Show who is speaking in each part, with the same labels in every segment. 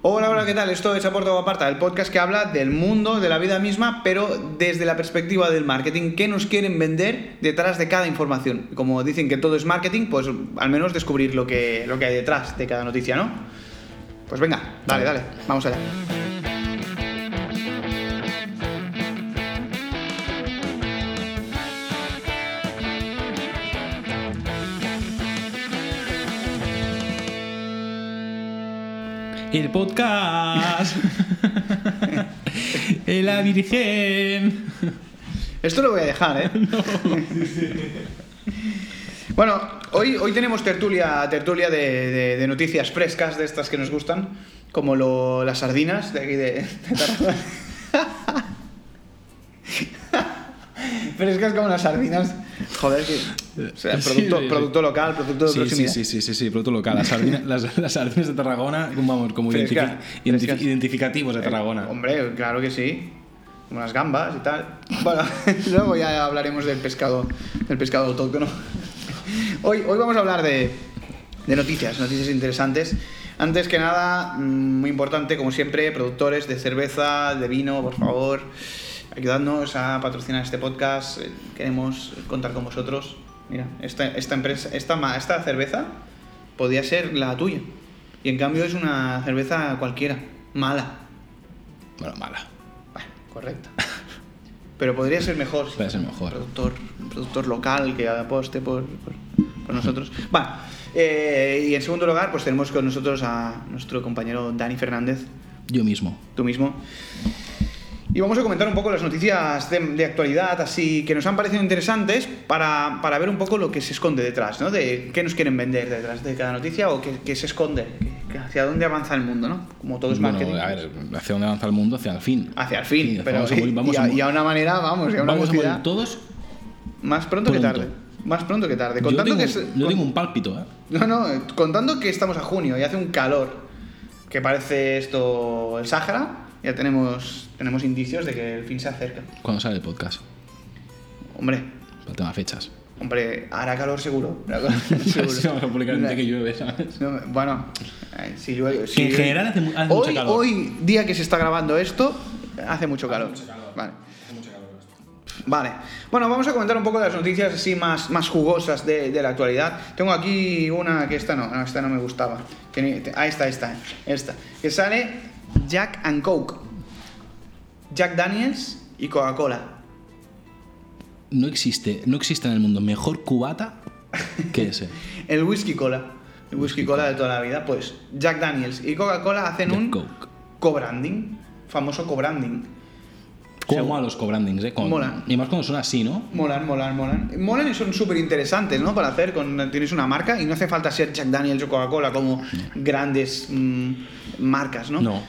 Speaker 1: Hola, hola, ¿qué tal? Esto es Aporta o Aparta, el podcast que habla del mundo, de la vida misma, pero desde la perspectiva del marketing. ¿Qué nos quieren vender detrás de cada información? Como dicen que todo es marketing, pues al menos descubrir lo que, lo que hay detrás de cada noticia, ¿no? Pues venga, dale, dale, vamos allá.
Speaker 2: El podcast. La Virgen.
Speaker 1: Esto lo voy a dejar, ¿eh? Bueno, hoy, hoy tenemos tertulia, tertulia de, de- de noticias frescas, de estas que nos gustan, como lo- las sardinas de aquí de, de Tarragona. frescas como las sardinas. Joder, que, o sea,
Speaker 2: Sí,
Speaker 1: producto,
Speaker 2: sí, sí.
Speaker 1: producto local, producto de
Speaker 2: Sí, sí,
Speaker 1: proximidad.
Speaker 2: sí, sí, sí, sí, producto local. Las sardinas, las, las sardinas de Tarragona, vamos, como identifi-
Speaker 1: Fresca,
Speaker 2: identifi-
Speaker 1: frescas.
Speaker 2: identificativos de
Speaker 1: Eh,
Speaker 2: Tarragona.
Speaker 1: hombre, claro que sí. Unas gambas y tal. Bueno, luego ya hablaremos del pescado, del pescado autóctono. Hoy, hoy vamos a hablar de, de noticias, noticias interesantes. Antes que nada, mm, muy importante, como siempre, productores de cerveza, de vino, por favor, ayudadnos a patrocinar este podcast. Eh, Queremos contar con vosotros. Mira, esta, esta empresa, esta, ma- esta cerveza podía ser la tuya. Y en cambio es una cerveza cualquiera, mala.
Speaker 2: Bueno, mala.
Speaker 1: Bueno, correcto. Pero podría ser mejor.
Speaker 2: Puede ser mejor.
Speaker 1: Productor, un productor local que aposte por, por, por nosotros. Bueno, eh, y en segundo lugar, pues tenemos con nosotros a nuestro compañero Dani Fernández,
Speaker 2: Yo mismo.
Speaker 1: tú mismo. Y vamos a comentar un poco las noticias de, de actualidad, así que nos han parecido interesantes para, para ver un poco lo que se esconde detrás, ¿no? De qué nos quieren vender detrás de cada noticia o qué, qué se esconde, que- hacia dónde avanza el mundo, ¿no? Como todo es
Speaker 2: Bueno,
Speaker 1: marketing.
Speaker 2: a ver, hacia dónde avanza el mundo, hacia el fin.
Speaker 1: Hacia el fin,
Speaker 2: Sí,
Speaker 1: pero
Speaker 2: vamos a
Speaker 1: y-
Speaker 2: morir- vamos
Speaker 1: y,
Speaker 2: a
Speaker 1: a,
Speaker 2: morir.
Speaker 1: y a una manera, vamos, y a una
Speaker 2: Vamos a
Speaker 1: velocidad
Speaker 2: morir todos.
Speaker 1: más pronto, que
Speaker 2: pronto.
Speaker 1: tarde. Más pronto que tarde.
Speaker 2: Yo
Speaker 1: Contando
Speaker 2: tengo,
Speaker 1: que es-
Speaker 2: yo
Speaker 1: con-
Speaker 2: tengo un pálpito, ¿eh?
Speaker 1: No, no, eh, contando que estamos a junio y hace un calor que parece esto el Sáhara, ya tenemos tenemos indicios de que el fin se acerca.
Speaker 2: Cuando sale el podcast.
Speaker 1: Hombre,
Speaker 2: Para el tema fechas.
Speaker 1: hombre, hará calor seguro. hará calor seguro.
Speaker 2: Sí, vamos a publicar el día que llueve, ¿sabes?
Speaker 1: No, bueno, eh, si llueve- si
Speaker 2: Que en
Speaker 1: llueve-
Speaker 2: general hace mu- hace
Speaker 1: hoy,
Speaker 2: mucho calor.
Speaker 1: Hoy, día que se está grabando esto, hace mucho calor. Vale. Vale. Bueno, vamos a comentar un poco las noticias así más, más jugosas de, de la actualidad. Tengo aquí una que esta no, no, esta no me gustaba. Tenía- te- ahí está, esta, esta. Que sale Jack and Coke. Jack Daniels y Coca-Cola.
Speaker 2: No existe, no existe en el mundo mejor cubata que ese.
Speaker 1: El whisky cola. El whisky cola de toda la vida. Pues Jack Daniels y Coca-Cola hacen
Speaker 2: Jack
Speaker 1: un
Speaker 2: Coke.
Speaker 1: co-branding. Famoso co-branding.
Speaker 2: Como a los cobrandings, ¿eh? Con-
Speaker 1: Mola.
Speaker 2: Y más cuando son así, ¿no?
Speaker 1: Molan, molan, molan. Molan y son súper interesantes, ¿no? Para hacer, con, tienes una marca y no hace falta ser Jack Daniels o Coca-Cola como grandes mm, marcas, ¿no?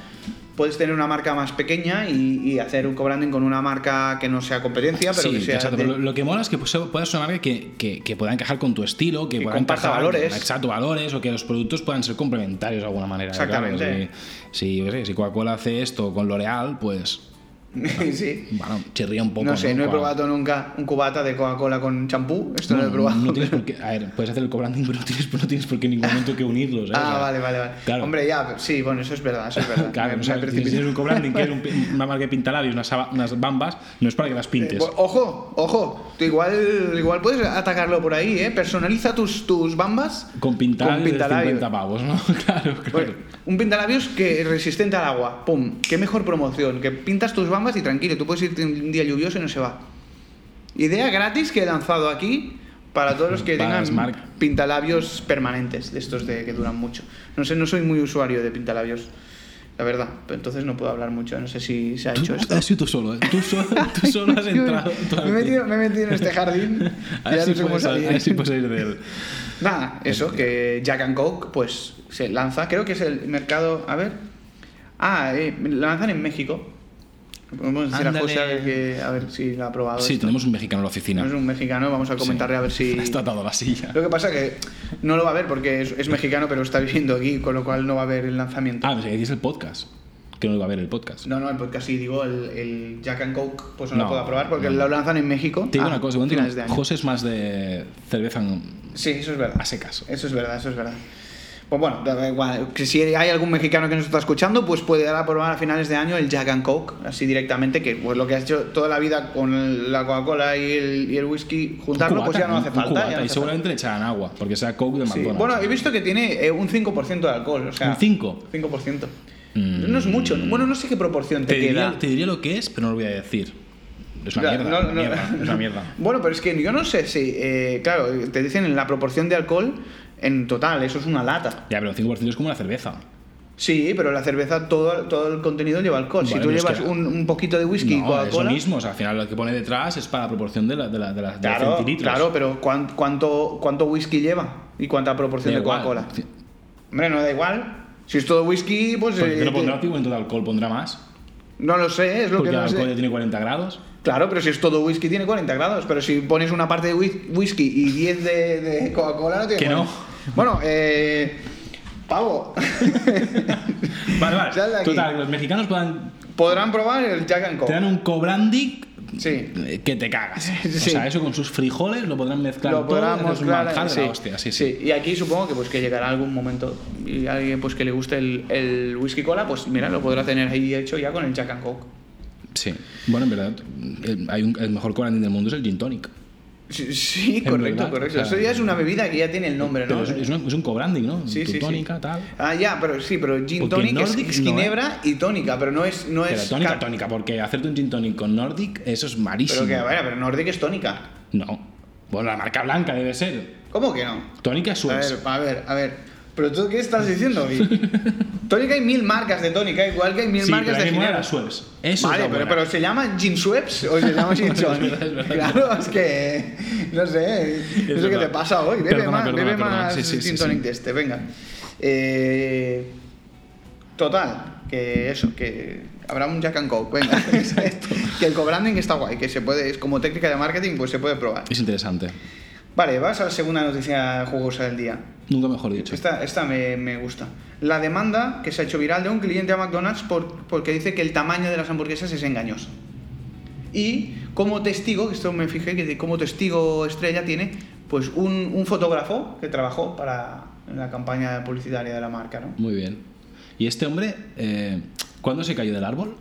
Speaker 1: Puedes tener una marca más pequeña y, y hacer un co-branding con una marca que no sea competencia, pero
Speaker 2: sí,
Speaker 1: que sea.
Speaker 2: exacto,
Speaker 1: de-
Speaker 2: pero lo, lo que mola es que pues, pueda ser una marca que, que, que pueda encajar con tu estilo, que,
Speaker 1: Que
Speaker 2: pueda
Speaker 1: comparta
Speaker 2: encajar-
Speaker 1: valores.
Speaker 2: Exacto, valores, o que los productos puedan ser complementarios de alguna manera. claro,
Speaker 1: Exactamente.
Speaker 2: si si, yo qué sé, si Coca-Cola hace esto con L'Oreal, pues,
Speaker 1: sí.
Speaker 2: bueno, chirría un poco.
Speaker 1: No sé, no he
Speaker 2: Coca-
Speaker 1: probado nunca un cubata de Coca-Cola con champú. Esto no,
Speaker 2: Bueno,
Speaker 1: lo he probado.
Speaker 2: no tienes por qué, a ver, puedes hacer el co-branding, pero no tienes, no tienes por qué en ningún momento que unirlos. ¿eh? O
Speaker 1: Ah,
Speaker 2: sea,
Speaker 1: vale, vale, vale.
Speaker 2: Claro.
Speaker 1: Hombre, ya, sí, bueno, eso es verdad, eso es verdad.
Speaker 2: Claro,
Speaker 1: Me-
Speaker 2: o sea,
Speaker 1: me he
Speaker 2: si tienes
Speaker 1: precipitado.
Speaker 2: un co-branding que es un pi- una marca de pintalabios, unas, saba- unas bambas, no es para que las pintes.
Speaker 1: Bueno, Eh, Ojo, ojo, tú igual, igual puedes atacarlo por ahí, ¿eh? Personaliza tus, tus bambas
Speaker 2: Con pintalabios de
Speaker 1: pintalabios.
Speaker 2: 50 pavos, ¿no? Claro, claro.
Speaker 1: Bueno, un pintalabios que es resistente al agua. ¡Pum! ¡Qué mejor promoción! Que pintas tus bambas y tranquilo, tú puedes irte un día lluvioso y no se va. Idea gratis que he lanzado aquí para todos los que
Speaker 2: Para
Speaker 1: tengan
Speaker 2: las marcas.
Speaker 1: pintalabios permanentes, de estos de, que duran mucho. No sé, no soy muy usuario de pintalabios, la verdad, pero entonces no puedo hablar mucho, no sé si se ha
Speaker 2: Tú-
Speaker 1: hecho esto.
Speaker 2: has sido tú solo, ¿eh? tú solo, tú solo has entrado. tú
Speaker 1: me, he metido, me he metido en este jardín.
Speaker 2: A ver
Speaker 1: ya
Speaker 2: si
Speaker 1: no sé cómo
Speaker 2: puedes-
Speaker 1: salir.
Speaker 2: a ver si puedes salir de él.
Speaker 1: Nada, eso, que Jack and Coke, pues se lanza. Creo que es el mercado. A ver. Ah, eh, la lanzan en México. Vamos a decir a
Speaker 2: Ándale.
Speaker 1: José a ver, que- a ver si la ha probado.
Speaker 2: Sí,
Speaker 1: esto.
Speaker 2: tenemos un mexicano en la
Speaker 1: No es
Speaker 2: oficina.
Speaker 1: un mexicano, vamos a comentarle a ver si.
Speaker 2: Está atado a la silla.
Speaker 1: Lo que pasa que no lo va a ver porque es, es mexicano, pero está viviendo aquí, con lo cual no va a ver el lanzamiento.
Speaker 2: Ah, pues que dices el podcast. Que no iba a ver el podcast.
Speaker 1: No, no, el podcast sí, digo, el, el Jack and Coke, pues no,
Speaker 2: No,
Speaker 1: lo puedo probar porque
Speaker 2: no.
Speaker 1: lo lanzan en México.
Speaker 2: Te digo
Speaker 1: Ah,
Speaker 2: una cosa, cuando
Speaker 1: finales de año.
Speaker 2: José es más de cerveza en-
Speaker 1: Sí, eso es verdad.
Speaker 2: a secas.
Speaker 1: Eso es verdad, eso es verdad. Pues bueno, da igual. Que Si hay algún mexicano que nos está escuchando, pues puede dar a probar a finales de año el Jack and Coke, así directamente, que pues lo que has hecho toda la vida con el- la Coca-Cola y el, y el whisky,
Speaker 2: Un
Speaker 1: juntarlo, pues
Speaker 2: cubata,
Speaker 1: ya no
Speaker 2: un-
Speaker 1: hace
Speaker 2: un
Speaker 1: falta.
Speaker 2: cubata,
Speaker 1: ya no
Speaker 2: y
Speaker 1: hace falta.
Speaker 2: seguramente le echarán agua, porque sea Coke de
Speaker 1: Sí.
Speaker 2: McDonald's.
Speaker 1: Bueno, he visto que tiene eh, un 5% de alcohol, o sea.
Speaker 2: ¿Un 5?
Speaker 1: 5%. No es mucho. Bueno, no sé qué proporción Mm. te,
Speaker 2: Te
Speaker 1: queda.
Speaker 2: diría, te diría lo que es, pero no lo voy a decir. Es una
Speaker 1: Claro,
Speaker 2: mierda.
Speaker 1: no,
Speaker 2: una
Speaker 1: no,
Speaker 2: mierda, es una
Speaker 1: no.
Speaker 2: mierda.
Speaker 1: Bueno, pero es que yo no sé si. eh, claro, te dicen la proporción de alcohol en total, eso es una lata.
Speaker 2: Ya, pero el 5% es como una cerveza.
Speaker 1: Sí, pero la cerveza, todo, todo el contenido lleva alcohol. si
Speaker 2: Vale,
Speaker 1: tú
Speaker 2: pero es
Speaker 1: llevas
Speaker 2: que-
Speaker 1: un, un poquito de whisky y
Speaker 2: no, es lo
Speaker 1: Coca-Cola.
Speaker 2: mismo. O sea, al final lo que pone detrás es para la proporción de, la, de, la, de, la, de
Speaker 1: Claro,
Speaker 2: centilitros.
Speaker 1: claro, pero ¿cuán- ¿cuánto, ¿cuánto whisky lleva? ¿Y cuánta proporción
Speaker 2: Da
Speaker 1: de
Speaker 2: igual.
Speaker 1: Coca-Cola?
Speaker 2: Pues
Speaker 1: Hombre, no da igual. Si es todo whisky, pues. eh,
Speaker 2: ¿qué
Speaker 1: te-
Speaker 2: no pondrá tipo en todo alcohol? ¿Pondrá más?
Speaker 1: no lo sé, es lo
Speaker 2: Porque
Speaker 1: que
Speaker 2: el
Speaker 1: no sé.
Speaker 2: alcohol ya tiene 40 grados.
Speaker 1: Claro, pero si es todo whisky tiene 40 grados. Pero si pones una parte de whis- whisky y 10 de, de Coca-Cola, no tiene
Speaker 2: Que no.
Speaker 1: 40. Bueno, eh. Pavo. Sal
Speaker 2: Vale,
Speaker 1: de
Speaker 2: vale.
Speaker 1: aquí.
Speaker 2: Total, los mexicanos puedan,
Speaker 1: Podrán probar el Jack and
Speaker 2: te
Speaker 1: Coke.
Speaker 2: dan un cobrandi
Speaker 1: Sí.
Speaker 2: que te cagas.
Speaker 1: Sí.
Speaker 2: O sea, eso con sus frijoles lo podrán mezclar
Speaker 1: Lo podrán
Speaker 2: todo. hacer un
Speaker 1: mezclar,
Speaker 2: manjar de
Speaker 1: sí,
Speaker 2: la hostia, sí, sí.
Speaker 1: Y aquí supongo que pues que llegará algún momento y alguien pues que le guste el, el whisky cola, pues mira, lo podrá tener ahí hecho ya con el Jack and Coke.
Speaker 2: Sí. Bueno, en verdad, el, hay un- el mejor cobrandi del mundo es el gin tonic.
Speaker 1: Sí, sí,
Speaker 2: Es
Speaker 1: correcto,
Speaker 2: verdad,
Speaker 1: correcto.
Speaker 2: o sea,
Speaker 1: Eso ya es una bebida que ya tiene el nombre, ¿no?
Speaker 2: Pero es, es un, es un co-branding, ¿no?
Speaker 1: eh. Sí,
Speaker 2: Tu
Speaker 1: sí, sí.
Speaker 2: tónica, tal.
Speaker 1: Ah, ya, pero sí, pero gin
Speaker 2: Porque
Speaker 1: tonic es-
Speaker 2: Nordic
Speaker 1: es
Speaker 2: no, ¿eh?
Speaker 1: ginebra y tónica, pero no es no
Speaker 2: Pero
Speaker 1: es
Speaker 2: tónica,
Speaker 1: ca-
Speaker 2: tónica, porque hacerte un gin tonic con Nordic, eso es malísimo.
Speaker 1: Pero que, vaya, pero Nordic es tónica.
Speaker 2: No. Bueno, la marca blanca debe ser.
Speaker 1: ¿Cómo que no?
Speaker 2: Tónica es
Speaker 1: A
Speaker 2: Suez.
Speaker 1: ver, a ver, a ver. ¿Pero tú qué estás diciendo, Vic? tónica hay mil marcas de tónica, igual que hay mil
Speaker 2: sí,
Speaker 1: marcas
Speaker 2: pero
Speaker 1: de
Speaker 2: hay que molar
Speaker 1: ginebra.
Speaker 2: a Suez. Eso
Speaker 1: vale,
Speaker 2: es la
Speaker 1: pero,
Speaker 2: buena.
Speaker 1: pero ¿se llama Gin Sweps o se llama Gin Tonic?
Speaker 2: verdad, es verdad.
Speaker 1: claro, es que. No sé.
Speaker 2: Es
Speaker 1: no sé qué
Speaker 2: verdad.
Speaker 1: te pasa hoy. Bebe
Speaker 2: Perdona,
Speaker 1: más,
Speaker 2: perdona,
Speaker 1: bebe
Speaker 2: perdona.
Speaker 1: más
Speaker 2: Sí, sí,
Speaker 1: Gin
Speaker 2: sí,
Speaker 1: Tonic
Speaker 2: sí.
Speaker 1: de este, venga. Eh, total, que eso, que habrá un Jack and Coke, venga. que el co-branding está guay, que se puede, es como técnica de marketing, pues se puede probar.
Speaker 2: Es interesante.
Speaker 1: Vale, vas a la segunda noticia jugosa del día.
Speaker 2: Nunca mejor dicho.
Speaker 1: Esta, esta me, me gusta. La demanda que se ha hecho viral de un cliente a McDonald's por- porque dice que el tamaño de las hamburguesas es engañoso. Y como testigo, que esto me fijé, que como testigo estrella tiene pues un, un fotógrafo que trabajó para la campaña publicitaria de la marca, ¿no?
Speaker 2: Muy bien. ¿Y este hombre, eh, cuándo se cayó del árbol?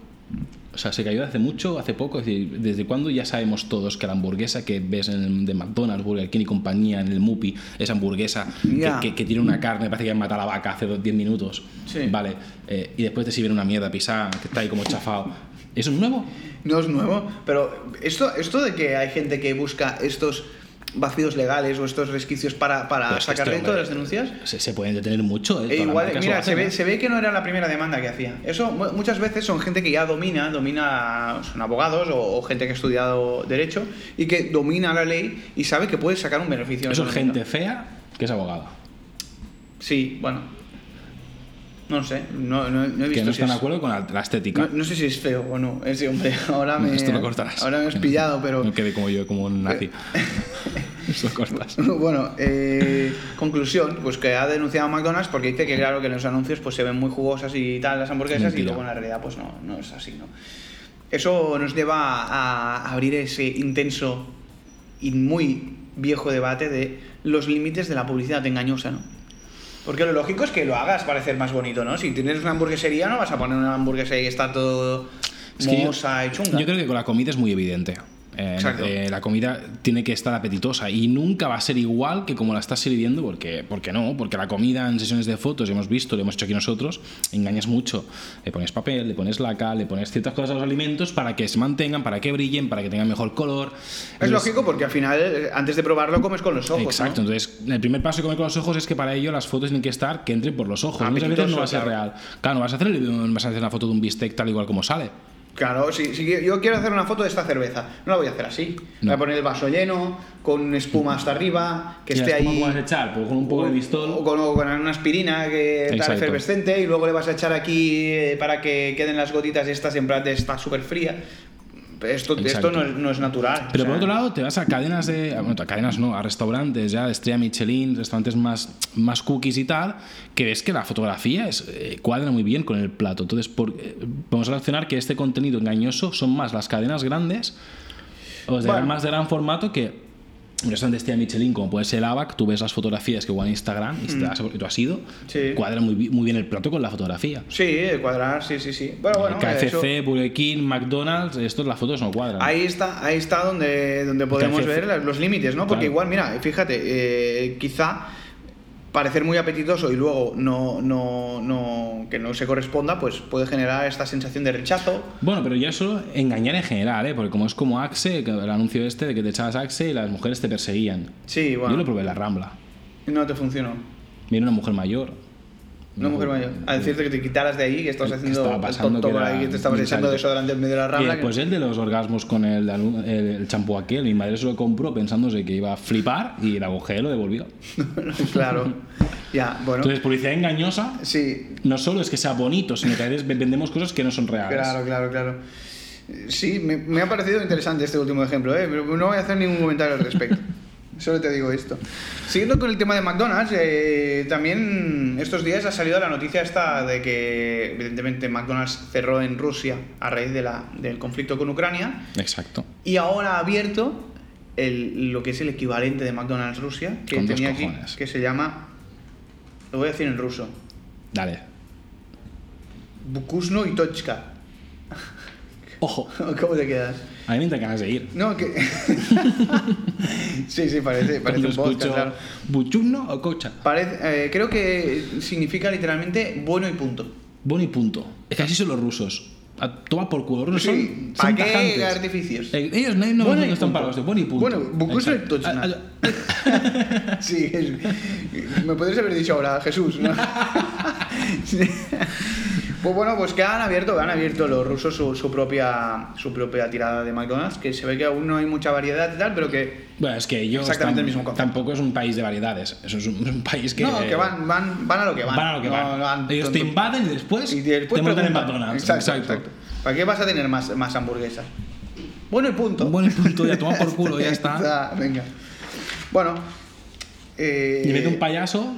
Speaker 2: O sea, se cayó hace mucho, hace poco. Es decir, ¿desde cuándo ya sabemos todos que la hamburguesa que ves en el- de McDonald's, Burger King y compañía, en el Mupi, esa hamburguesa que-
Speaker 1: Ya.
Speaker 2: que, que tiene una carne, parece que han matado a la vaca hace dos- 10 minutos?
Speaker 1: Sí.
Speaker 2: Vale. eh, y después te sirven una mierda pisada que está ahí como chafado. ¿Eso es nuevo?
Speaker 1: No es nuevo, pero esto, esto de que hay gente que busca estos vacíos legales o estos resquicios para, para
Speaker 2: Pero es que
Speaker 1: sacar
Speaker 2: este
Speaker 1: dentro de
Speaker 2: hombre-
Speaker 1: las denuncias.
Speaker 2: Se, se pueden detener mucho,
Speaker 1: E
Speaker 2: ¿eh? Todas las
Speaker 1: igual,
Speaker 2: marcas lo
Speaker 1: mira, se
Speaker 2: hacen,
Speaker 1: ve,
Speaker 2: ¿eh?
Speaker 1: se ve que no era la primera demanda que hacía. Eso mu- muchas veces son gente que ya domina, domina, son abogados o, o gente que ha estudiado derecho y que domina la ley y sabe que puede sacar un beneficio.
Speaker 2: Eso es
Speaker 1: económico.
Speaker 2: gente fea que es abogada.
Speaker 1: Sí, bueno. No sé, no, no- no he
Speaker 2: Que
Speaker 1: visto
Speaker 2: no
Speaker 1: si
Speaker 2: están de
Speaker 1: es-
Speaker 2: acuerdo con la, la estética.
Speaker 1: no, no sé si es feo o no, ese hombre. Ahora me,
Speaker 2: Esto lo cortarás.
Speaker 1: ahora me has pillado, pero...
Speaker 2: No quede como yo, como un nazi. Esto lo cortas.
Speaker 1: Bueno, eh, conclusión, pues que ha denunciado a McDonald's porque dice que claro que en los anuncios pues se ven muy jugosas y tal las hamburguesas y
Speaker 2: Mentira.
Speaker 1: luego en la realidad pues no, no es así, ¿no? Eso nos lleva a, a abrir ese intenso y muy viejo debate de los límites de la publicidad engañosa, ¿no? Porque lo lógico es que lo hagas parecer más bonito, ¿no? Si tienes una hamburguesería no vas a poner una hamburguesa y está todo
Speaker 2: Es que yo-
Speaker 1: mohosa y chunga.
Speaker 2: Yo creo que con la comida es muy evidente. Eh,
Speaker 1: Exacto.
Speaker 2: eh, la comida tiene que estar apetitosa y nunca va a ser igual que como la estás sirviendo, porque, porque no, porque la comida en sesiones de fotos, hemos visto, lo hemos hecho aquí nosotros, engañas mucho. Le pones papel, le pones laca, le pones ciertas cosas a los alimentos para que se mantengan, para que brillen, para que tengan mejor color.
Speaker 1: Es
Speaker 2: Entonces-
Speaker 1: lógico porque al final eh, antes de probarlo comes con los ojos, ¿no?
Speaker 2: Exacto, entonces el primer paso que comer con los ojos es que para ello las fotos tienen que estar que entren por los ojos. Muchas veces no va a ser
Speaker 1: Apetitoso,
Speaker 2: real. Claro, no vas a hacer, no vas a hacer una foto de un bistec tal igual como sale.
Speaker 1: Claro, si, si yo quiero hacer una foto de esta cerveza, no la voy a hacer así. Voy a poner el vaso lleno, con espuma hasta arriba, que
Speaker 2: ¿Y la
Speaker 1: esté
Speaker 2: espuma
Speaker 1: ahí.
Speaker 2: cómo vas a echar? Pues con un poco de
Speaker 1: o- O
Speaker 2: bistol.
Speaker 1: con, o con una aspirina que está
Speaker 2: Exacto.
Speaker 1: efervescente y luego le vas a echar aquí eh, para que queden las gotitas estas en plan de está súper fría. Esto, esto
Speaker 2: Exacto.
Speaker 1: no, es, no es natural.
Speaker 2: Pero
Speaker 1: o
Speaker 2: por
Speaker 1: sea,
Speaker 2: otro lado, te vas a cadenas de. Bueno, a cadenas no, a restaurantes ya de estrella Michelin, restaurantes más, más cookies y tal, que ves que la fotografía es, eh, cuadra muy bien con el plato. Entonces, por- eh, vamos a relacionar que este contenido engañoso son más las cadenas grandes, o de,
Speaker 1: Bueno.
Speaker 2: más de gran formato que un restaurante este de Michelin, como puede ser el ABAC, tú ves las fotografías que guardan en Instagram y te das- tú has ido,
Speaker 1: Mm. Sí.
Speaker 2: cuadra muy, bi- muy bien el plato con la fotografía.
Speaker 1: Sí, el cuadrar, sí, sí, sí. Bueno, bueno, eh,
Speaker 2: KFC,
Speaker 1: eso-
Speaker 2: Burger King, McDonald's, estos las fotos no cuadran.
Speaker 1: Ahí está, ahí está donde, donde podemos
Speaker 2: KFC.
Speaker 1: ver la- los límites, ¿no? Porque
Speaker 2: Claro.
Speaker 1: igual, mira, fíjate, eh, quizá parecer muy apetitoso y luego no, no, no, que no se corresponda, pues puede generar esta sensación de rechazo.
Speaker 2: Bueno, pero ya solo engañar en general, ¿eh? Porque como es como Axe, que el anuncio este de que te echabas Axe y las mujeres te perseguían.
Speaker 1: Sí,
Speaker 2: Yo lo
Speaker 1: bueno,
Speaker 2: probé en la Rambla.
Speaker 1: no te funcionó.
Speaker 2: Mira una mujer mayor.
Speaker 1: No, mujer mayor. A decirte que te quitaras de ahí, que estabas
Speaker 2: Que
Speaker 1: haciendo
Speaker 2: estaba
Speaker 1: el
Speaker 2: pasando
Speaker 1: tonto
Speaker 2: que
Speaker 1: por
Speaker 2: era
Speaker 1: ahí, que te estabas
Speaker 2: un
Speaker 1: echando
Speaker 2: salto.
Speaker 1: desodorante en medio de la
Speaker 2: Y
Speaker 1: rambla. que-
Speaker 2: después el de los orgasmos con el, alu- el- el champú aquel, mi madre se lo compró pensándose que iba a flipar y la mujer lo devolvió.
Speaker 1: claro. Ya, bueno.
Speaker 2: pues, Entonces, publicidad engañosa
Speaker 1: sí,
Speaker 2: no solo es que sea bonito, sino que a veces vendemos cosas que no son reales.
Speaker 1: Claro, claro, claro. Sí, me, me ha parecido interesante este último ejemplo, ¿eh? pero no voy a hacer ningún comentario al respecto. Solo te digo esto. Siguiendo con el tema de McDonald's, eh, también estos días ha salido la noticia esta de que evidentemente McDonald's cerró en Rusia a raíz de la- del conflicto con Ucrania
Speaker 2: Exacto.
Speaker 1: y ahora ha abierto el- lo que es el equivalente de McDonald's Rusia, que
Speaker 2: Con dos
Speaker 1: tenía aquí,
Speaker 2: cojones.
Speaker 1: que se llama, lo voy a decir en ruso,
Speaker 2: Dale.
Speaker 1: Bukusno y Tochka.
Speaker 2: Ojo,
Speaker 1: ¿Cómo te quedas?
Speaker 2: a mí me dan ganas de ir.
Speaker 1: No, que. sí, sí, parece, parece
Speaker 2: Cuando
Speaker 1: un podcast,
Speaker 2: escucho
Speaker 1: claro.
Speaker 2: buchurno o cocha.
Speaker 1: Parece- eh, creo que significa literalmente bueno y punto.
Speaker 2: Bueno y punto. Es que así son los rusos. A, toma por culo. Los rusos
Speaker 1: Sí,
Speaker 2: son,
Speaker 1: ¿pa'
Speaker 2: son
Speaker 1: qué
Speaker 2: tajantes.
Speaker 1: artificios?
Speaker 2: Eh, ellos no, no,
Speaker 1: Bueno
Speaker 2: no
Speaker 1: y punto.
Speaker 2: están parados. de Bueno y punto.
Speaker 1: Bueno, Bukusu y
Speaker 2: Exacto.
Speaker 1: Tochna.
Speaker 2: Ah, ah,
Speaker 1: Sí, es- me podrías haber dicho ahora, Jesús, ¿no? Sí. Pues bueno, pues que han abierto, han abierto los rusos su, su propia, su propia tirada de McDonald's, que se ve que aún no hay mucha variedad y tal, pero que.
Speaker 2: ah. Bueno, es que ellos
Speaker 1: Exactamente
Speaker 2: tam-
Speaker 1: el mismo concepto.
Speaker 2: tampoco es un país de variedades. Eso es un, un país que. eh,
Speaker 1: no, que van, van, van a lo que van.
Speaker 2: van a lo que
Speaker 1: No,
Speaker 2: van.
Speaker 1: no han-
Speaker 2: ellos te invaden y después,
Speaker 1: Y después
Speaker 2: te matan en
Speaker 1: preguntan.
Speaker 2: McDonald's.
Speaker 1: Exacto, exacto. ¿Para qué vas a tener más, más hamburguesas? Bueno, y punto.
Speaker 2: Un buen punto, ya toma por culo, ya está.
Speaker 1: venga. Bueno. eh,
Speaker 2: Y en vez de un payaso,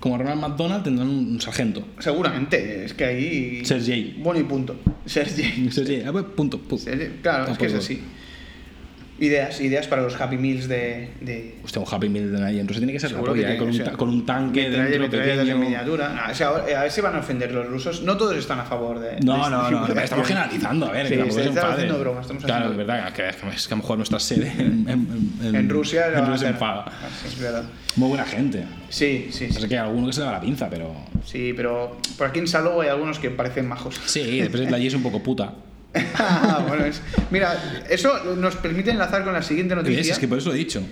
Speaker 2: como Ronald McDonald, tendrán un, un sargento.
Speaker 1: Seguramente, es que ahí.
Speaker 2: Sergei.
Speaker 1: Bueno, y punto. Sergei.
Speaker 2: Un sargento. Ah, pues, punto, pu-
Speaker 1: Sergei. Claro, es
Speaker 2: Tampoco.
Speaker 1: que es así. Ideas, ideas para los Happy Meals de. de
Speaker 2: Hostia, un Happy Meal de ahí. Entonces tiene que ser la
Speaker 1: Seguro que
Speaker 2: polla,
Speaker 1: tiene
Speaker 2: eh, con,
Speaker 1: que
Speaker 2: un,
Speaker 1: ser.
Speaker 2: ta- con un tanque
Speaker 1: metralla-
Speaker 2: dentro
Speaker 1: metralletas en
Speaker 2: pequeño.
Speaker 1: miniatura. No, o sea, a ver si van a ofender los rusos. No todos están a favor de. de
Speaker 2: No,
Speaker 1: este
Speaker 2: no,
Speaker 1: tipo
Speaker 2: no,
Speaker 1: de
Speaker 2: estamos
Speaker 1: acciones.
Speaker 2: generalizando, a ver,
Speaker 1: Sí,
Speaker 2: que tampoco se
Speaker 1: estamos
Speaker 2: enfaden.
Speaker 1: haciendo bromas, estamos
Speaker 2: Claro, es
Speaker 1: haciendo-
Speaker 2: verdad, que, es que a lo mejor nuestra sede en, en- en-
Speaker 1: En Rusia.
Speaker 2: en
Speaker 1: la van a
Speaker 2: se
Speaker 1: hacer. Ah,
Speaker 2: enfada.
Speaker 1: Es verdad.
Speaker 2: Muy buena gente.
Speaker 1: Sí, sí, sí.
Speaker 2: Pasa que hay alguno que se le va la pinza, pero.
Speaker 1: Sí, pero por aquí en Salou hay algunos que parecen majos.
Speaker 2: Sí, después la allí es un poco puta.
Speaker 1: Ah, bueno, es- mira, eso nos permite enlazar con la siguiente noticia.
Speaker 2: ¿Ves? Es que por eso lo he dicho.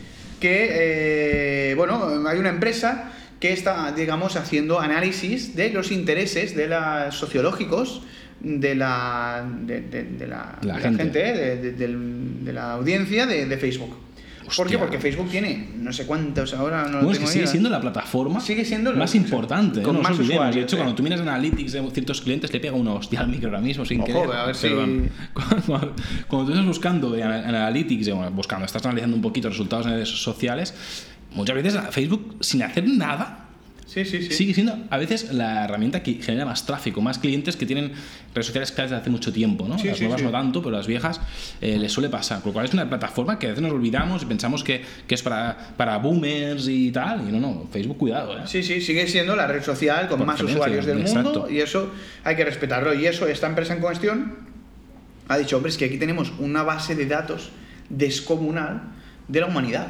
Speaker 1: que eh, bueno, hay una empresa que está, digamos, haciendo análisis de los intereses de la, sociológicos de la, de, de- de la,
Speaker 2: La
Speaker 1: de
Speaker 2: gente.
Speaker 1: de, de- del- de la audiencia de, de Facebook. ¿Por qué?
Speaker 2: Hostia.
Speaker 1: Porque Facebook tiene no sé cuántos ahora, no lo
Speaker 2: Bueno, es que
Speaker 1: tengo
Speaker 2: sigue
Speaker 1: ni idea.
Speaker 2: siendo la plataforma
Speaker 1: Sigue siendo la-
Speaker 2: más importante. ¿eh?
Speaker 1: con
Speaker 2: No nos
Speaker 1: más
Speaker 2: olvidemos.
Speaker 1: usuarios,
Speaker 2: De hecho,
Speaker 1: eh.
Speaker 2: cuando tú miras Analytics de ciertos clientes, le pega una hostia al micro ahora mismo sin
Speaker 1: Ojo,
Speaker 2: querer.
Speaker 1: a ver si-
Speaker 2: Perdón. Cuando, cuando tú estás buscando en ana- en Analytics, eh, bueno, buscando, estás analizando un poquito resultados en redes sociales, muchas veces Facebook, sin hacer nada,
Speaker 1: Sí, sí, sí.
Speaker 2: sigue siendo a veces la herramienta que genera más tráfico, más clientes que tienen redes sociales claras desde hace mucho tiempo, ¿no?
Speaker 1: Sí,
Speaker 2: las
Speaker 1: sí,
Speaker 2: nuevas
Speaker 1: sí.
Speaker 2: no tanto, pero las viejas eh, les suele pasar. Con lo cual es una plataforma que a veces nos olvidamos y pensamos que, que es para, para boomers y tal. Y no, no, Facebook, cuidado, ¿eh?
Speaker 1: Sí, sí, sigue siendo la red social con
Speaker 2: Por
Speaker 1: más
Speaker 2: excelencia,
Speaker 1: usuarios del mundo
Speaker 2: exacto.
Speaker 1: y eso hay que respetarlo. Y eso, esta empresa en cuestión ha dicho, hombre, es que aquí tenemos una base de datos descomunal de la humanidad.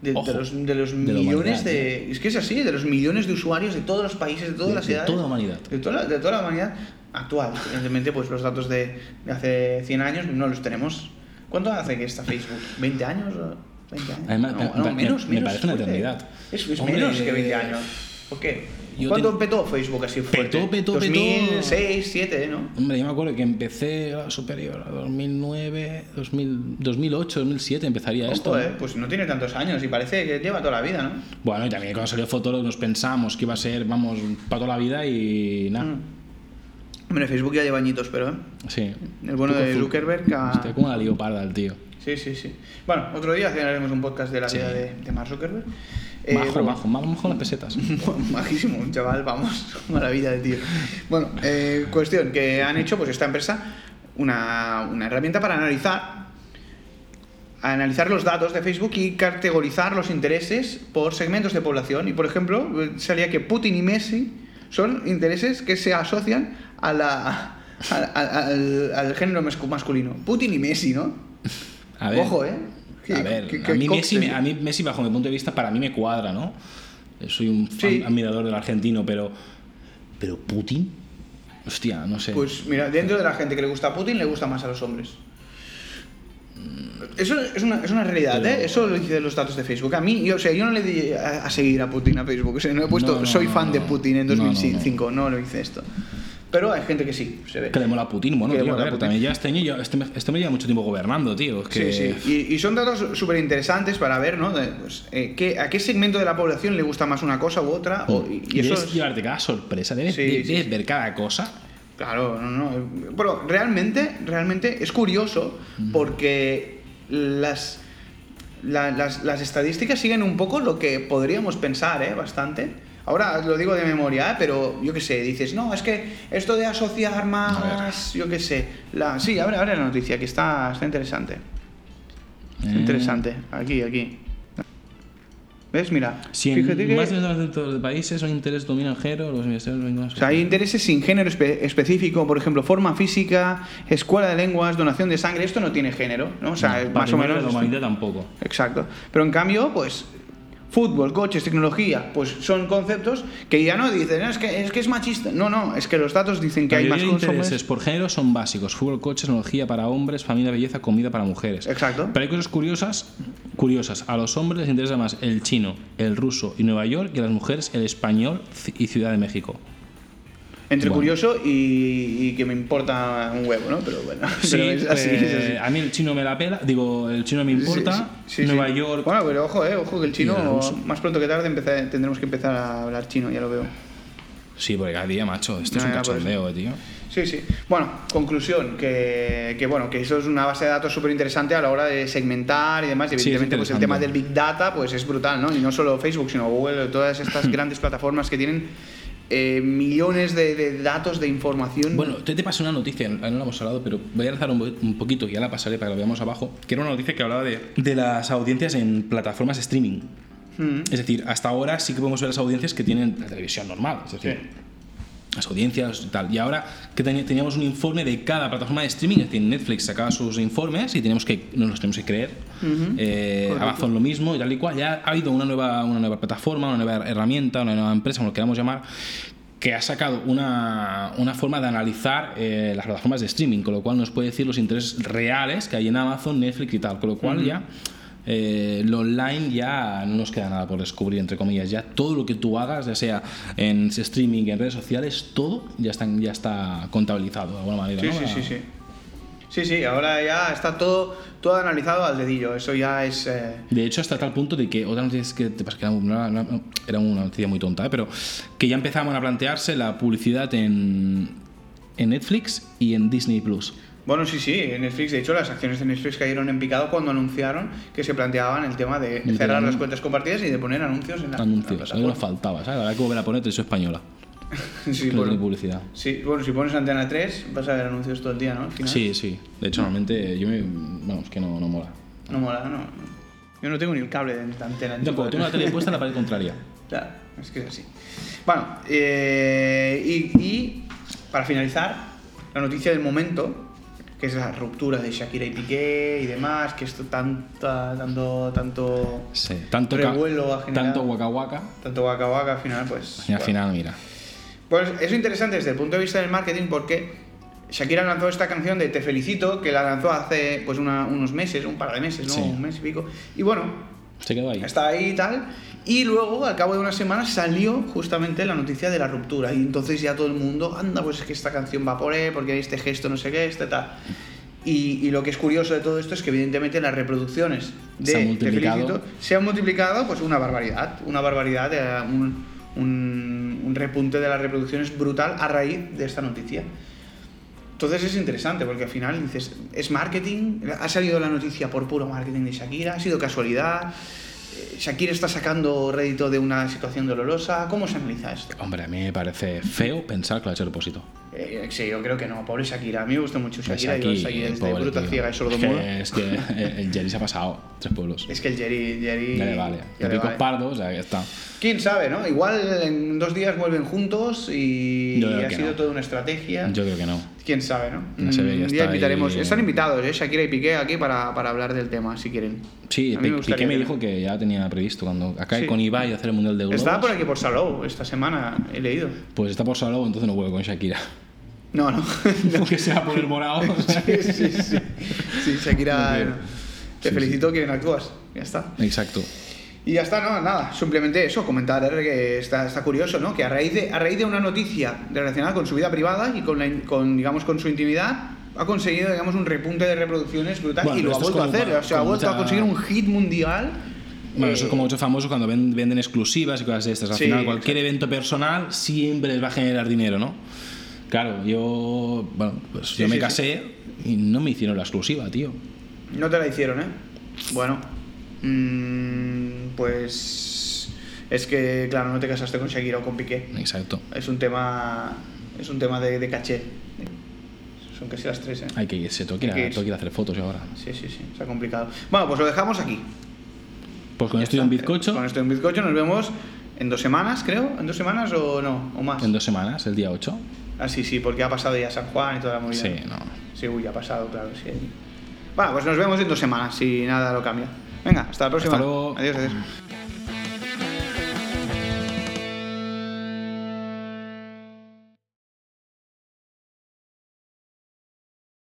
Speaker 1: De, de
Speaker 2: Ojo,
Speaker 1: los, de los
Speaker 2: de la
Speaker 1: millones
Speaker 2: humanidad, ¿eh?
Speaker 1: de... Es que es así, de los millones de usuarios de todos los países, de todas
Speaker 2: De-
Speaker 1: las
Speaker 2: de
Speaker 1: edades.
Speaker 2: toda la humanidad.
Speaker 1: De toda la, de toda la humanidad actual. Evidentemente, pues los datos de, de hace 100 años no los tenemos. ¿Cuánto hace que está Facebook? ¿20 años? o 20 años?
Speaker 2: Además,
Speaker 1: No,
Speaker 2: me-
Speaker 1: no,
Speaker 2: me-
Speaker 1: menos,
Speaker 2: me
Speaker 1: menos,
Speaker 2: parece una
Speaker 1: fuerte.
Speaker 2: eternidad.
Speaker 1: Es, es
Speaker 2: Hombre,
Speaker 1: menos que 20 años. ¿Por qué?
Speaker 2: yo
Speaker 1: ¿Cuándo
Speaker 2: ten-
Speaker 1: petó Facebook así fuerte?
Speaker 2: Petó, petó, petó.
Speaker 1: 2006, 2007, ¿no?
Speaker 2: Hombre, yo me acuerdo que empecé a superior a 2009, 2000, 2008, 2007 empezaría
Speaker 1: Ojo,
Speaker 2: esto.
Speaker 1: eh, pues no tiene tantos años y parece que lleva toda la vida, ¿no?
Speaker 2: Bueno, y también cuando salió Fotolog nos pensamos que iba a ser, vamos, para toda la vida y nada.
Speaker 1: Mm. Hombre, Facebook ya lleva añitos, pero ¿eh?
Speaker 2: Sí.
Speaker 1: el bueno de Zuckerberg ha-
Speaker 2: Hostia, como la leoparda el tío.
Speaker 1: Sí, sí, sí. Bueno, otro día haremos un podcast de la
Speaker 2: Sí.
Speaker 1: vida de, de Mark Zuckerberg. Eh,
Speaker 2: Majo,
Speaker 1: pero-
Speaker 2: majo, majo, majo las pesetas.
Speaker 1: Majísimo, un chaval, vamos, mala vida de tío. Bueno, eh, cuestión que han hecho pues esta empresa una, una herramienta para analizar analizar los datos de Facebook y categorizar los intereses por segmentos de población. Y por ejemplo, salía que Putin y Messi son intereses que se asocian a la, al, al- al género mascu- masculino. Putin y Messi, ¿no?
Speaker 2: A ver,
Speaker 1: Ojo, ¿eh?
Speaker 2: a, ver, a, mí Messi, me- a mí Messi, bajo mi punto de vista, para mí me cuadra, ¿no? Eh, Soy un fan-
Speaker 1: Sí.
Speaker 2: admirador del argentino, pero. Pero Putin. Hostia, no sé.
Speaker 1: Pues mira, dentro de la gente que le gusta a Putin, le gusta más a los hombres. Eso es una, es una realidad,
Speaker 2: Mm. Pero-
Speaker 1: ¿eh? Eso lo dicen los datos de Facebook. A mí, yo, o sea, yo no le di a, a seguir a Putin a Facebook. O sea, no he puesto
Speaker 2: No, no,
Speaker 1: soy
Speaker 2: no,
Speaker 1: fan de
Speaker 2: no.
Speaker 1: Putin en
Speaker 2: No, no, no.
Speaker 1: 2005. No, lo hice esto. Pero hay gente que sí, se ve.
Speaker 2: que le mola Putin. Bueno,
Speaker 1: Que le
Speaker 2: tío, a
Speaker 1: mola
Speaker 2: ver,
Speaker 1: Putin.
Speaker 2: también ya este año, ya- este, me- este me lleva mucho tiempo gobernando, tío. Es que,
Speaker 1: Sí, sí. Y, y son datos súper interesantes para ver, ¿no? De, pues, eh, qué- a qué segmento de la población le gusta más una cosa u otra. o- Oh, y, y eso
Speaker 2: debes
Speaker 1: es-
Speaker 2: llevarte cada sorpresa, debes,
Speaker 1: Sí,
Speaker 2: debes
Speaker 1: sí, sí.
Speaker 2: ver cada cosa.
Speaker 1: Claro, no, no. Pero realmente, realmente es curioso porque las, la- las, las estadísticas siguen un poco lo que podríamos pensar, ¿eh? Bastante. Ahora lo digo de memoria, ¿eh? pero yo qué sé, dices, no, es que esto de asociar más, yo qué sé. La... Sí, ahora, ahora la noticia, que está, está interesante. Está
Speaker 2: Eh,
Speaker 1: Interesante, aquí, aquí. ¿Ves? Mira,
Speaker 2: Si en
Speaker 1: fíjate que...
Speaker 2: más del 90% de países son interés dominanjero, los universitarios
Speaker 1: O sea, hay intereses sin género espe- específico, por ejemplo, forma física, escuela de lenguas, donación de sangre, esto no tiene género, ¿no? O sea, más o menos...
Speaker 2: La
Speaker 1: esto-
Speaker 2: humanidad tampoco.
Speaker 1: Exacto. Pero en cambio, pues, fútbol, coches, tecnología, pues son conceptos que ya no dicen, "No, es que es, que es machista. No, no, es que los datos dicen que
Speaker 2: La
Speaker 1: hay más
Speaker 2: mayoría de
Speaker 1: cosas.
Speaker 2: intereses por género son básicos: fútbol, coches, tecnología para hombres, familia, belleza, comida para mujeres.
Speaker 1: Exacto.
Speaker 2: Pero hay cosas curiosas, curiosas. A los hombres les interesa más el chino, el ruso y Nueva York, y a las mujeres el español ci- y Ciudad de México.
Speaker 1: Entre
Speaker 2: Bueno.
Speaker 1: curioso y, y que me importa un huevo, ¿no? Pero bueno,
Speaker 2: Sí,
Speaker 1: pero es así,
Speaker 2: eh,
Speaker 1: es así.
Speaker 2: a mí el chino me la pela, digo, el chino me importa,
Speaker 1: Sí, sí, sí,
Speaker 2: Nueva
Speaker 1: sí.
Speaker 2: York.
Speaker 1: Bueno, pero ojo, eh, ojo que el
Speaker 2: Y el
Speaker 1: chino
Speaker 2: ruso.
Speaker 1: más pronto que tarde empezar- tendremos que empezar a hablar chino, ya lo veo.
Speaker 2: Sí, porque cada día, macho, esto es
Speaker 1: No,
Speaker 2: un
Speaker 1: ya, por eso.
Speaker 2: cachondeo, eh, tío.
Speaker 1: Sí, sí. Bueno, conclusión, que, que bueno, que eso es una base de datos súper interesante a la hora de segmentar y demás. Y
Speaker 2: Sí, es
Speaker 1: evidentemente, pues el tema
Speaker 2: interesante.
Speaker 1: del Big Data, pues es brutal, ¿no? Y no solo Facebook, sino Google, todas estas grandes plataformas que tienen eh, millones de, de datos de información.
Speaker 2: Bueno, te, te pasé una noticia, no la hemos hablado, pero voy a lanzar un, po- un poquito, ya la pasaré para que lo veamos abajo, que era una noticia que hablaba de, de las audiencias en plataformas streaming.
Speaker 1: Mm.
Speaker 2: Es decir, hasta ahora sí que podemos ver las audiencias que tienen la televisión normal, es decir, las audiencias y tal. Y ahora que teni- teníamos un informe de cada plataforma de streaming, es decir, Netflix sacaba sus informes y teníamos que, nos los tenemos que creer. Eh,
Speaker 1: correcto.
Speaker 2: Amazon lo mismo y tal y cual. Ya ha habido una nueva, una nueva plataforma, una nueva herramienta, una nueva empresa, como lo queramos llamar, que ha sacado una, una forma de analizar eh, las plataformas de streaming, con lo cual nos puede decir los intereses reales que hay en Amazon, Netflix y tal, con lo cual ya... eh, lo online ya no nos queda nada por descubrir, entre comillas. Ya todo lo que tú hagas, ya sea en streaming, en redes sociales, todo ya está, ya está contabilizado de alguna manera.
Speaker 1: Sí,
Speaker 2: ¿no?
Speaker 1: sí,
Speaker 2: La-
Speaker 1: sí, sí. Sí, sí, ahora ya está todo, todo analizado al dedillo. Eso ya es. eh,
Speaker 2: De hecho, hasta tal punto de que otra noticia es que te pasa que era una, una- era una noticia muy tonta, ¿eh? pero que ya empezaban a plantearse la publicidad en, en Netflix y en Disney Plus.
Speaker 1: Bueno, sí, sí, en Netflix, de hecho, las acciones de Netflix cayeron en picado cuando anunciaron que se planteaban el tema de
Speaker 2: de
Speaker 1: cerrar
Speaker 2: anun-
Speaker 1: las cuentas compartidas y de poner anuncios en la, en la
Speaker 2: Anuncios, algo
Speaker 1: plataforma.
Speaker 2: nos faltaba, ¿sabes? Habrá que volver a poner televisión española.
Speaker 1: ah, pues, Sí,
Speaker 2: que no tiene
Speaker 1: bueno,
Speaker 2: publicidad.
Speaker 1: sí, bueno, si pones Antena 3 vas a ver anuncios todo el día, ¿no? Al final.
Speaker 2: Sí, sí. De hecho, normalmente yo me. Vamos, que no, no mola.
Speaker 1: No mola, no. Yo no tengo ni el cable de Antena 3.
Speaker 2: Tampoco, tengo pues, la tele puesta en la pared contraria.
Speaker 1: Claro, es que es así. Bueno, eh, y, y para finalizar, la noticia del momento, que es la ruptura de Shakira y Piqué y demás, que esto tanta, tanto, tanto,
Speaker 2: Sí. Tanto, ca-
Speaker 1: Revuelo ha generado.
Speaker 2: tanto guaca guaca.
Speaker 1: tanto waka waka, al final, pues.
Speaker 2: Y al
Speaker 1: bueno.
Speaker 2: final, mira.
Speaker 1: Pues es interesante desde el punto de vista del marketing porque Shakira lanzó esta canción de Te felicito, que la lanzó hace pues una- unos meses, un par de meses, ¿no?
Speaker 2: Sí.
Speaker 1: Un mes y pico. Y bueno,
Speaker 2: Se quedó ahí.
Speaker 1: está ahí y tal. Y luego, al cabo de unas semanas, salió justamente la noticia de la ruptura. Y entonces ya todo el mundo, anda, pues es que esta canción va por él, porque hay este gesto, no sé qué, este tal. Y, y lo que es curioso de todo esto es que evidentemente las reproducciones de
Speaker 2: Se han
Speaker 1: Te
Speaker 2: multiplicado.
Speaker 1: felicito se han multiplicado pues una barbaridad, una barbaridad, eh, un, un- un repunte de las reproducciones brutal a raíz de esta noticia. Entonces es interesante porque al final dices, es marketing, ha salido la noticia por puro marketing de Shakira, ha sido casualidad, eh, Shakira está sacando rédito de una situación dolorosa, ¿cómo se analiza esto?
Speaker 2: Hombre, a mí me parece feo pensar que lo ha hecho a propósito.
Speaker 1: Eh, sí, yo creo que no. Pobre Shakira. A mí me gusta mucho Pues Shakira.
Speaker 2: Shakira,
Speaker 1: yo Shakira es de
Speaker 2: pobre,
Speaker 1: bruta
Speaker 2: tío.
Speaker 1: ciega y sordo
Speaker 2: Es que-
Speaker 1: mudo.
Speaker 2: Es que el- el Jerry se ha pasado tres pueblos.
Speaker 1: Es que el Jerry... Jerry
Speaker 2: Ya le vale.
Speaker 1: ya
Speaker 2: De
Speaker 1: le
Speaker 2: picos
Speaker 1: vale.
Speaker 2: pardos, ya que está.
Speaker 1: Quién sabe, ¿no? Igual en dos días vuelven juntos y,
Speaker 2: Yo creo
Speaker 1: ha
Speaker 2: que
Speaker 1: sido
Speaker 2: no.
Speaker 1: toda una estrategia.
Speaker 2: Yo creo que no.
Speaker 1: Quién sabe, ¿no?
Speaker 2: Ya se ve,
Speaker 1: Mm,
Speaker 2: ya
Speaker 1: un
Speaker 2: está
Speaker 1: día
Speaker 2: ahí.
Speaker 1: invitaremos. Están invitados, ¿eh? Shakira y Piqué aquí para, para hablar del tema, si quieren.
Speaker 2: Sí,
Speaker 1: A mí
Speaker 2: Pi-
Speaker 1: me gustaría
Speaker 2: Piqué me
Speaker 1: que-
Speaker 2: dijo que ya tenía previsto cuando acá
Speaker 1: Sí.
Speaker 2: con Ibai hacer el Mundial de Globos.
Speaker 1: Estaba por aquí por Salou esta semana, he leído.
Speaker 2: Pues está por Salou, entonces no vuelve con Shakira.
Speaker 1: No, no.
Speaker 2: Porque se va a poner morado. o sea.
Speaker 1: sí, sí, sí. Sí, Shakira.
Speaker 2: Muy bien.
Speaker 1: no. Te
Speaker 2: Sí,
Speaker 1: felicito que no actúas. Ya está.
Speaker 2: Exacto.
Speaker 1: Y ya está, no, nada. Simplemente eso, comentar eh, que está, está curioso, ¿no? Que a raíz, de, a raíz de una noticia relacionada con su vida privada y con, la in- con, digamos, con su intimidad, ha conseguido, digamos, un repunte de reproducciones brutal
Speaker 2: Bueno,
Speaker 1: y lo ha
Speaker 2: esto es
Speaker 1: vuelto a
Speaker 2: como
Speaker 1: hacer.
Speaker 2: pa-
Speaker 1: O sea, ha
Speaker 2: como
Speaker 1: vuelto a
Speaker 2: mucha-
Speaker 1: conseguir un hit mundial.
Speaker 2: Bueno, eso
Speaker 1: Eh,
Speaker 2: es como muchos famosos cuando ven- venden exclusivas y cosas de estas. Al
Speaker 1: Sí,
Speaker 2: final, cualquier evento personal siempre les va a generar dinero, ¿no? Claro, yo. Bueno, pues
Speaker 1: sí,
Speaker 2: yo me
Speaker 1: sí.
Speaker 2: casé y no me hicieron la exclusiva, tío.
Speaker 1: No te la hicieron, ¿eh? Bueno, mm, pues es que, claro, no te casaste con Shakira o con Piqué.
Speaker 2: Exacto.
Speaker 1: Es un tema, es un tema de, de caché. Son casi las tres, ¿eh?
Speaker 2: Hay que irse, tengo que ir a-
Speaker 1: Hay que irse.
Speaker 2: tengo que ir a hacer fotos ahora.
Speaker 1: Sí, sí, sí, está complicado. Bueno, pues lo dejamos aquí.
Speaker 2: Pues con
Speaker 1: Ya
Speaker 2: esto y
Speaker 1: está.
Speaker 2: un bizcocho,
Speaker 1: Con esto y un bizcocho nos vemos en dos semanas, creo. ¿En dos semanas o no? ¿O más?
Speaker 2: en dos semanas, el día 8.
Speaker 1: Ah, sí, sí, porque ha pasado ya San Juan y toda la movida.
Speaker 2: Sí, no.
Speaker 1: Sí, uy, ha pasado, claro, sí. Bueno, pues nos vemos en dos semanas, si nada lo cambia. Venga, hasta la próxima.
Speaker 2: Hasta luego.
Speaker 1: Adiós, adiós.